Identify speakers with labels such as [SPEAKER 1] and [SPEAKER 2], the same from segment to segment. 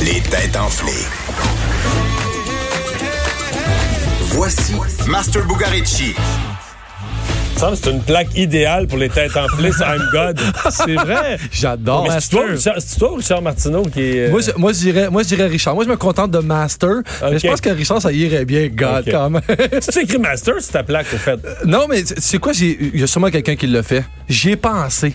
[SPEAKER 1] Les têtes enflées. Voici Master Bugarici.
[SPEAKER 2] semble que c'est une plaque idéale pour les têtes enflées, c'est I'm God.
[SPEAKER 3] C'est vrai.
[SPEAKER 4] J'adore.
[SPEAKER 2] Mais c'est toi, ou le Richard- c'est toi ou Richard Martineau qui est. euh,
[SPEAKER 4] Moi, je- moi, je dirais- moi, je dirais Richard. Moi, je me contente de Master. Mais
[SPEAKER 2] Ok.
[SPEAKER 4] je pense que Richard, ça irait bien, God,
[SPEAKER 2] Ok.
[SPEAKER 4] quand même.
[SPEAKER 2] Si tu écris Master, c'est ta plaque, au fait.
[SPEAKER 3] Euh,
[SPEAKER 4] non, mais c'est c'est quoi? j'ai- Il y a sûrement quelqu'un qui l'a fait. J'y ai pensé.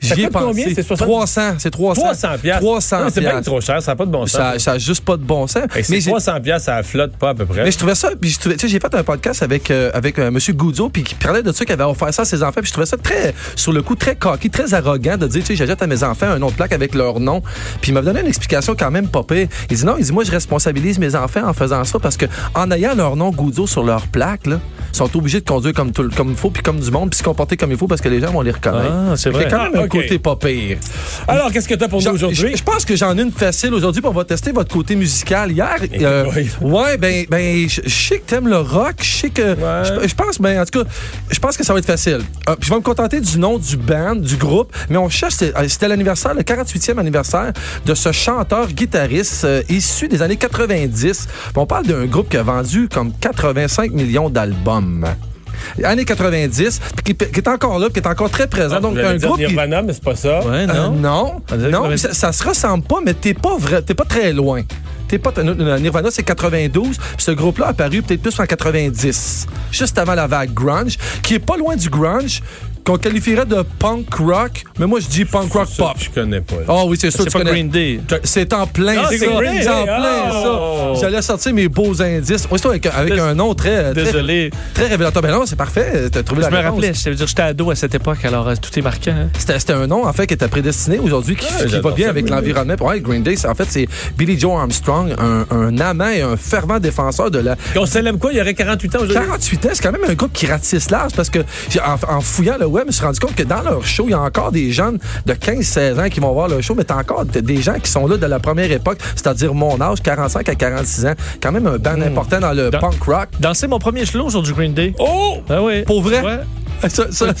[SPEAKER 2] Ça
[SPEAKER 4] J'y ai
[SPEAKER 2] coûte
[SPEAKER 4] pensé.
[SPEAKER 2] combien? C'est 60?
[SPEAKER 4] 300. C'est 300.
[SPEAKER 2] 300 piastres.
[SPEAKER 4] 300
[SPEAKER 2] Non, mais C'est bien
[SPEAKER 4] piastres.
[SPEAKER 2] trop cher, ça n'a pas de bon sens.
[SPEAKER 4] Ça, ça a juste pas de bon sens.
[SPEAKER 2] Fait que
[SPEAKER 4] Mais
[SPEAKER 2] c'est
[SPEAKER 4] j'ai-
[SPEAKER 2] 300 piastres, ça flotte pas à peu près.
[SPEAKER 4] Mais je trouvais ça, puis je trouvais, tu sais, j'ai fait un podcast avec euh, avec euh, Monsieur Goudzo, puis qui parlait de ça, qui avait offert ça à ses enfants, puis je trouvais ça très, sur le coup, très coquille, très arrogant de dire, tu sais, j'achète à mes enfants un nom de plaque avec leur nom, puis il m'a donné une explication quand même pas pire. Il dit non, il dit moi je responsabilise mes enfants en faisant ça parce que en ayant leur nom Goudzo sur leur plaque, là, ils sont obligés de conduire comme tout, le- comme il faut, puis comme du monde, puis se comporter comme il faut parce que les gens vont les reconnaître.
[SPEAKER 3] Ah, c'est
[SPEAKER 4] Fait
[SPEAKER 3] vrai.
[SPEAKER 4] que quand même
[SPEAKER 2] Ah,
[SPEAKER 4] un
[SPEAKER 2] ok.
[SPEAKER 4] côté pas pire.
[SPEAKER 2] Alors, qu'est-ce que tu as pour nous
[SPEAKER 4] J'en-
[SPEAKER 2] aujourd'hui?
[SPEAKER 4] Je, je pense que j'en ai une facile aujourd'hui, puis on va tester votre côté musical. Hier, euh,
[SPEAKER 2] oui.
[SPEAKER 4] ouais, ben, ben, je je sais que t'aimes le rock, je sais que,
[SPEAKER 2] Ouais.
[SPEAKER 4] je, je pense, ben, en tout cas, je pense que ça va être facile. Euh, puis je vais me contenter du nom du band, du groupe, mais on cherche, c'est- euh, c'était l'anniversaire, le 48e anniversaire de ce chanteur-guitariste euh, issu des années 90. Puis on parle d'un groupe qui a vendu comme 85 millions d'albums. Années 90, puis qui, qui est encore là, puis qui est encore très présent.
[SPEAKER 2] Ah,
[SPEAKER 4] Donc,
[SPEAKER 2] j'allais
[SPEAKER 4] un
[SPEAKER 2] dire
[SPEAKER 4] groupe. qui-
[SPEAKER 2] Nirvana, mais c'est pas ça.
[SPEAKER 3] Ouais,
[SPEAKER 4] euh,
[SPEAKER 3] Eh, non. Ah,
[SPEAKER 4] non,
[SPEAKER 3] On dirait que
[SPEAKER 4] non,
[SPEAKER 3] j'aurais-
[SPEAKER 4] ça, ça se ressemble pas, mais t'es pas vrai, t'es pas très loin. T'es pas t- euh, Nirvana, c'est 92, puis ce groupe-là a apparu peut-être plus en 90, juste avant la vague grunge, qui est pas loin du grunge qu'on qualifierait de punk rock, mais moi je dis punk rock
[SPEAKER 2] Ça,
[SPEAKER 4] pop.
[SPEAKER 2] Je connais pas.
[SPEAKER 4] Oh oui, c'est sûr
[SPEAKER 3] C'est
[SPEAKER 4] tu
[SPEAKER 3] pas
[SPEAKER 4] connais.
[SPEAKER 3] Green Day.
[SPEAKER 4] C'est en plein
[SPEAKER 2] Ah,
[SPEAKER 4] ça.
[SPEAKER 2] c'est Green Day.
[SPEAKER 4] C'est en plein
[SPEAKER 2] Oh.
[SPEAKER 4] ça. J'allais sortir mes beaux indices. Oui, c'est toi, avec, avec
[SPEAKER 3] Dés-
[SPEAKER 4] un nom très, très,
[SPEAKER 3] Désolé.
[SPEAKER 4] très révélateur. Ben non, c'est parfait. T'as trouvé
[SPEAKER 3] Je
[SPEAKER 4] la
[SPEAKER 3] me
[SPEAKER 4] réponse.
[SPEAKER 3] rappelais, je veux dire, j'étais ado à cette époque, alors euh, tout est marquant. hein.
[SPEAKER 4] C'était c'était un nom, en fait, qui était prédestiné aujourd'hui, qui,
[SPEAKER 2] Ouais,
[SPEAKER 4] qui va
[SPEAKER 2] j'adore
[SPEAKER 4] bien
[SPEAKER 2] ça,
[SPEAKER 4] avec
[SPEAKER 2] Green Day.
[SPEAKER 4] l'environnement. Ouais, Green Day, c'est- en fait, c'est Billy Joe Armstrong, un, un amant et un fervent défenseur de la.
[SPEAKER 2] On célèbre quoi? Il y aurait 48 ans aujourd'hui?
[SPEAKER 4] 48 ans, c'est quand même un groupe qui ratisse large parce que, j'ai- en, en fouillant le web, je me suis rendu compte que dans leur show, il y a encore des jeunes de 15-16 ans qui vont voir le show, mais t'as encore des- des gens qui sont là de la première époque, c'est-à-dire mon âge, 45 à 46 ans. Quand même un band
[SPEAKER 2] Hmm.
[SPEAKER 4] important dans le
[SPEAKER 3] Dans-
[SPEAKER 4] punk rock.
[SPEAKER 3] Danser mon premier slow sur du Green Day.
[SPEAKER 2] Oh!
[SPEAKER 3] Ah oui.
[SPEAKER 4] Pour vrai?
[SPEAKER 3] Ouais. Hein?
[SPEAKER 4] Ce, ce-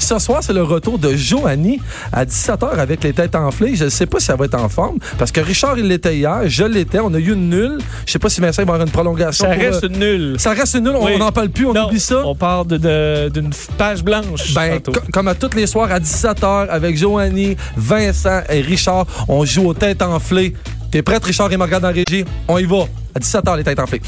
[SPEAKER 4] ce soir, c'est le retour de Joanie à 17h avec les têtes enflées. Je ne sais pas si ça va être en forme parce que Richard, il l'était hier, je l'étais, on a eu une nulle. Je sais pas si Vincent va avoir une prolongation.
[SPEAKER 3] Ça
[SPEAKER 4] pour,
[SPEAKER 3] reste
[SPEAKER 4] euh,
[SPEAKER 3] nul.
[SPEAKER 4] ça reste une nulle, on-
[SPEAKER 3] Oui.
[SPEAKER 4] on n'en parle plus, on
[SPEAKER 3] Non,
[SPEAKER 4] oublie ça.
[SPEAKER 3] On part de- de- d'une f- page blanche.
[SPEAKER 4] Ben,
[SPEAKER 3] tantôt.
[SPEAKER 4] co- comme à tous les soirs à 17h avec Joanie, Vincent et Richard, on joue aux têtes enflées. T'es prête, Richard et Margaret dans la régie? On y va. À 17h, les têtes enflées.